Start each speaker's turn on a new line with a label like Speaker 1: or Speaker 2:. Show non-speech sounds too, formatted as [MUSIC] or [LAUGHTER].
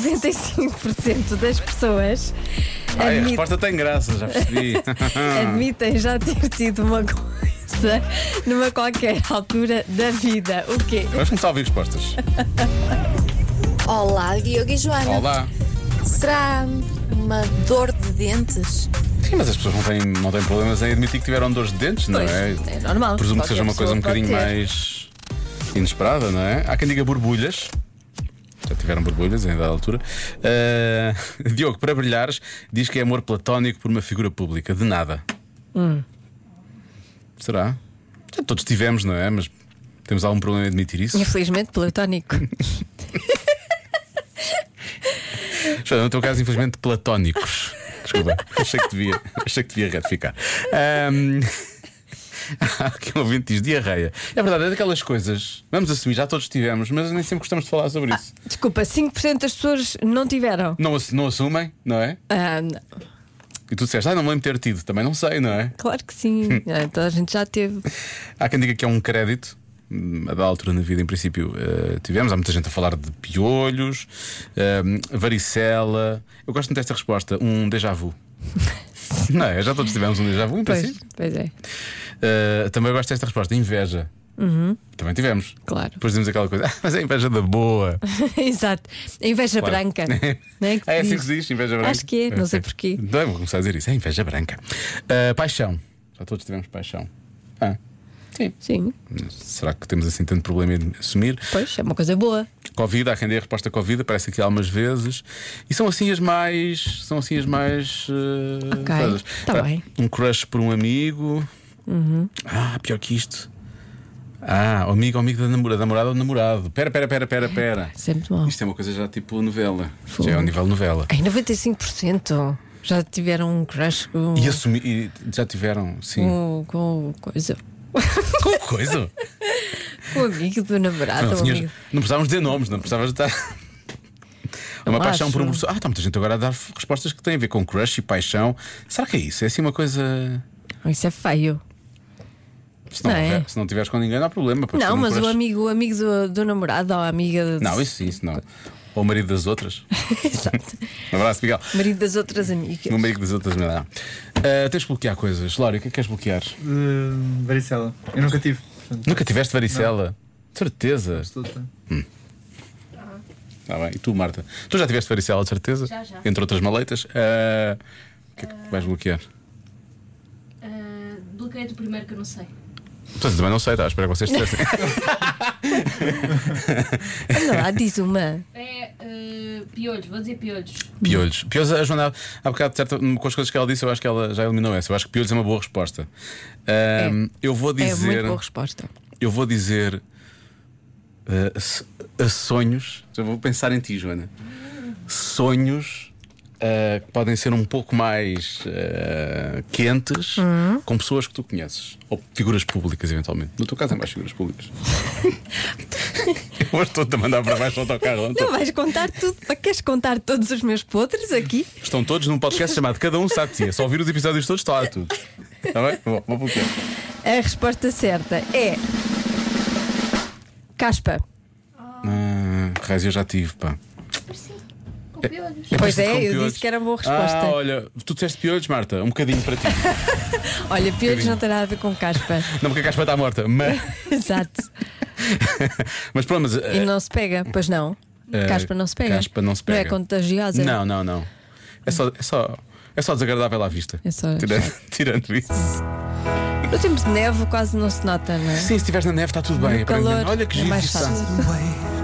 Speaker 1: 95% das pessoas
Speaker 2: Ai, a
Speaker 1: admit-
Speaker 2: Ah, é, resposta Ah. tem graça,
Speaker 1: [LAUGHS]
Speaker 2: já percebi.
Speaker 1: admitem já ter tido uma coisa numa qualquer altura da vida. O quê?
Speaker 2: Vamos começar a ouvir respostas.
Speaker 3: Olá, Diogo e Joana.
Speaker 2: Olá.
Speaker 3: Será uma dor de dentes?
Speaker 2: Sim, mas as pessoas não têm, não têm problemas em admitir que tiveram dores de dentes, não
Speaker 1: Pois,
Speaker 2: é?
Speaker 1: é normal.
Speaker 2: Presumo
Speaker 1: Qualquer
Speaker 2: que seja uma coisa um
Speaker 1: pessoa pode
Speaker 2: bocadinho
Speaker 1: ter.
Speaker 2: mais inesperada, não é? Há quem diga borbulhas. Já tiveram borbulhas em dada altura. Ah, [LAUGHS] Diogo, para brilhares, diz que é amor platónico por uma figura pública. De nada.
Speaker 1: Hum.
Speaker 2: Será? Já todos tivemos, não é? Mas temos algum problema em admitir isso?
Speaker 1: Infelizmente, platónico.
Speaker 2: Joana, no teu caso, infelizmente, platónicos. Desculpa, achei que devia, achei que devia retificar. Ahm, [LAUGHS] Há aqui um ouvinte que diz diarreia. É verdade, é daquelas coisas. Vamos assumir, já todos tivemos, mas nem sempre gostamos de falar sobre isso.
Speaker 1: Desculpa, 5% das pessoas não tiveram.
Speaker 2: Não, ass- não assumem, não é?
Speaker 1: Ah, não.
Speaker 2: E tu disseste, ah, não me lembro de ter tido, também não sei, não é?
Speaker 1: Claro que sim. Ah, Toda a gente já teve.
Speaker 2: Há quem diga que é um crédito. Hum, A da altura na vida, em princípio, eh, tivemos. Há muita gente a falar de piolhos, hum, varicela. Eu gosto muito desta resposta, um déjà vu. não é? Já todos tivemos um déjà vu, em
Speaker 1: Pois,
Speaker 2: princípio.
Speaker 1: pois é.
Speaker 2: Uh, também gosto desta resposta, inveja.
Speaker 1: Uhum.
Speaker 2: Também tivemos.
Speaker 1: Claro. [LAUGHS]
Speaker 2: Depois dizemos aquela coisa, "Ah, mas é inveja da boa.
Speaker 1: Exato. A inveja
Speaker 2: Claro.
Speaker 1: branca. Não é que se
Speaker 2: Ah, [LAUGHS] é assim
Speaker 1: diz?
Speaker 2: que se diz, inveja branca.
Speaker 1: Acho que é, não sei
Speaker 2: Ok.
Speaker 1: porquê.
Speaker 2: Então, vou começar a dizer isso, é inveja branca. Uh, paixão. Já todos tivemos paixão. Ah, sim.
Speaker 1: Sim,
Speaker 2: Será que temos assim tanto problema em assumir?
Speaker 1: pois, é uma coisa boa.
Speaker 2: Covid, há quem dê a resposta Covid, aparece aqui algumas vezes. E são assim as mais. São assim as mais. eh,
Speaker 1: Ok,
Speaker 2: coisas.
Speaker 1: tá
Speaker 2: Ah,
Speaker 1: bem. Uhum.
Speaker 2: Um crush por um amigo. Ah, pior que isto. Ah, o amigo, o amigo da namorada, namorada ou namorado. Pera, pera, pera, pera, pera.
Speaker 1: Sempre mal.
Speaker 2: Isto é uma coisa já tipo novela.
Speaker 1: Fogo.
Speaker 2: Já é um nível novela.
Speaker 1: Ai, 95% já tiveram um crush com,
Speaker 2: E assumir. e já tiveram, sim.
Speaker 1: com, com coisa.
Speaker 2: [LAUGHS] Com coisa?
Speaker 1: Com o amigo do namorado.
Speaker 2: Não,
Speaker 1: ou
Speaker 2: tinhas-
Speaker 1: amigo.
Speaker 2: não precisávamos dizer nomes, não precisavas de estar. Uma
Speaker 1: Não
Speaker 2: paixão por um
Speaker 1: acho.
Speaker 2: professor. Ah, está muita gente agora a dar f- respostas que têm a ver com crush e paixão. Será que é isso? É assim uma coisa.
Speaker 1: Isso é feio.
Speaker 2: Se não,
Speaker 1: Não é?
Speaker 2: houver- se não tiveres com ninguém, não há problema. pode ser
Speaker 1: não,
Speaker 2: um
Speaker 1: mas o
Speaker 2: crush.
Speaker 1: amigo, o amigo do, do namorado ou a amiga. de-
Speaker 2: Não, isso sim, isso não. Ou o marido das outras.
Speaker 1: [LAUGHS] Exato.
Speaker 2: Um abraço, Miguel.
Speaker 1: Marido das outras amigas.
Speaker 2: O marido das outras, não. não. Ah, tens de bloquear coisas. Lório, o que é que queres bloquear?
Speaker 4: Uh, varicela. Eu nunca tive. Portanto,
Speaker 2: Nunca tiveste varicela? De Certeza.
Speaker 4: absoluta.
Speaker 2: Tá bem. E tu, Marta? Tu já tiveste varicela, de certeza? Já, já. Entre outras maletas. Ah, o que é que vais bloquear?
Speaker 5: Uh, bloqueio do primeiro que eu não sei.
Speaker 2: Portanto, também não sei, tá? Espero que
Speaker 1: [LAUGHS]
Speaker 2: vocês dissessem.
Speaker 1: Olha lá, diz
Speaker 2: [LAUGHS]
Speaker 1: uma.
Speaker 5: É uh, piolhos, vou dizer piolhos.
Speaker 2: Piolhos. Piolhos, a Joana, há bocado, de certa, com as coisas que ela disse, eu acho que ela já eliminou essa. Eu acho que piolhos é uma boa resposta. Ahm, Eu vou
Speaker 1: É muito
Speaker 2: dizer.
Speaker 1: boa resposta.
Speaker 2: eu vou dizer. ah, s- ah, sonhos. Já vou pensar em ti, Joana. Sonhos. ah, que podem ser um pouco mais ah, quentes
Speaker 1: Hum.
Speaker 2: com pessoas que tu conheces ou figuras públicas, eventualmente. No teu caso, é mais figuras
Speaker 1: [LAUGHS]
Speaker 2: públicas. eu estou-te a mandar para baixo o autocarro. não estou?
Speaker 1: Não vais contar tudo. Para queres contar todos os meus podres aqui?
Speaker 2: Estão todos num podcast chamado Cada Um Sabe de Si. É só ouvir os episódios todos, está lá tudo. Está bem? Bom, vou bloquear.
Speaker 1: A resposta certa é. Caspa.
Speaker 2: Ah, Raiz, eu já tive, pá.
Speaker 5: Com piolhos.
Speaker 1: Pois
Speaker 2: Com
Speaker 1: é, eu
Speaker 2: piolhos.
Speaker 1: disse que era boa resposta.
Speaker 2: Ah, olha, tu disseste piolhos, Marta, um bocadinho para ti.
Speaker 1: Olha, piolhos não tem nada a ver com
Speaker 2: [LAUGHS]
Speaker 1: caspa.
Speaker 2: Não porque a caspa está morta, mas. [LAUGHS]
Speaker 1: Exato.
Speaker 2: mas pronto, mas.
Speaker 1: E
Speaker 2: eh,
Speaker 1: não se pega, pois não.
Speaker 2: eh,
Speaker 1: Caspa não se pega.
Speaker 2: Caspa não se pega.
Speaker 1: Não é contagiosa.
Speaker 2: Não, não, não. É só, é só, é só desagradável à vista.
Speaker 1: É só-
Speaker 2: Tirando, tirando isso.
Speaker 1: No tempo de neve quase não se nota, não é?
Speaker 2: Sim, se estiveres na neve está tudo bem.
Speaker 1: No calor
Speaker 2: aparentemente. olha que
Speaker 1: é
Speaker 2: giro
Speaker 1: mais
Speaker 2: isto
Speaker 1: fácil.
Speaker 2: está.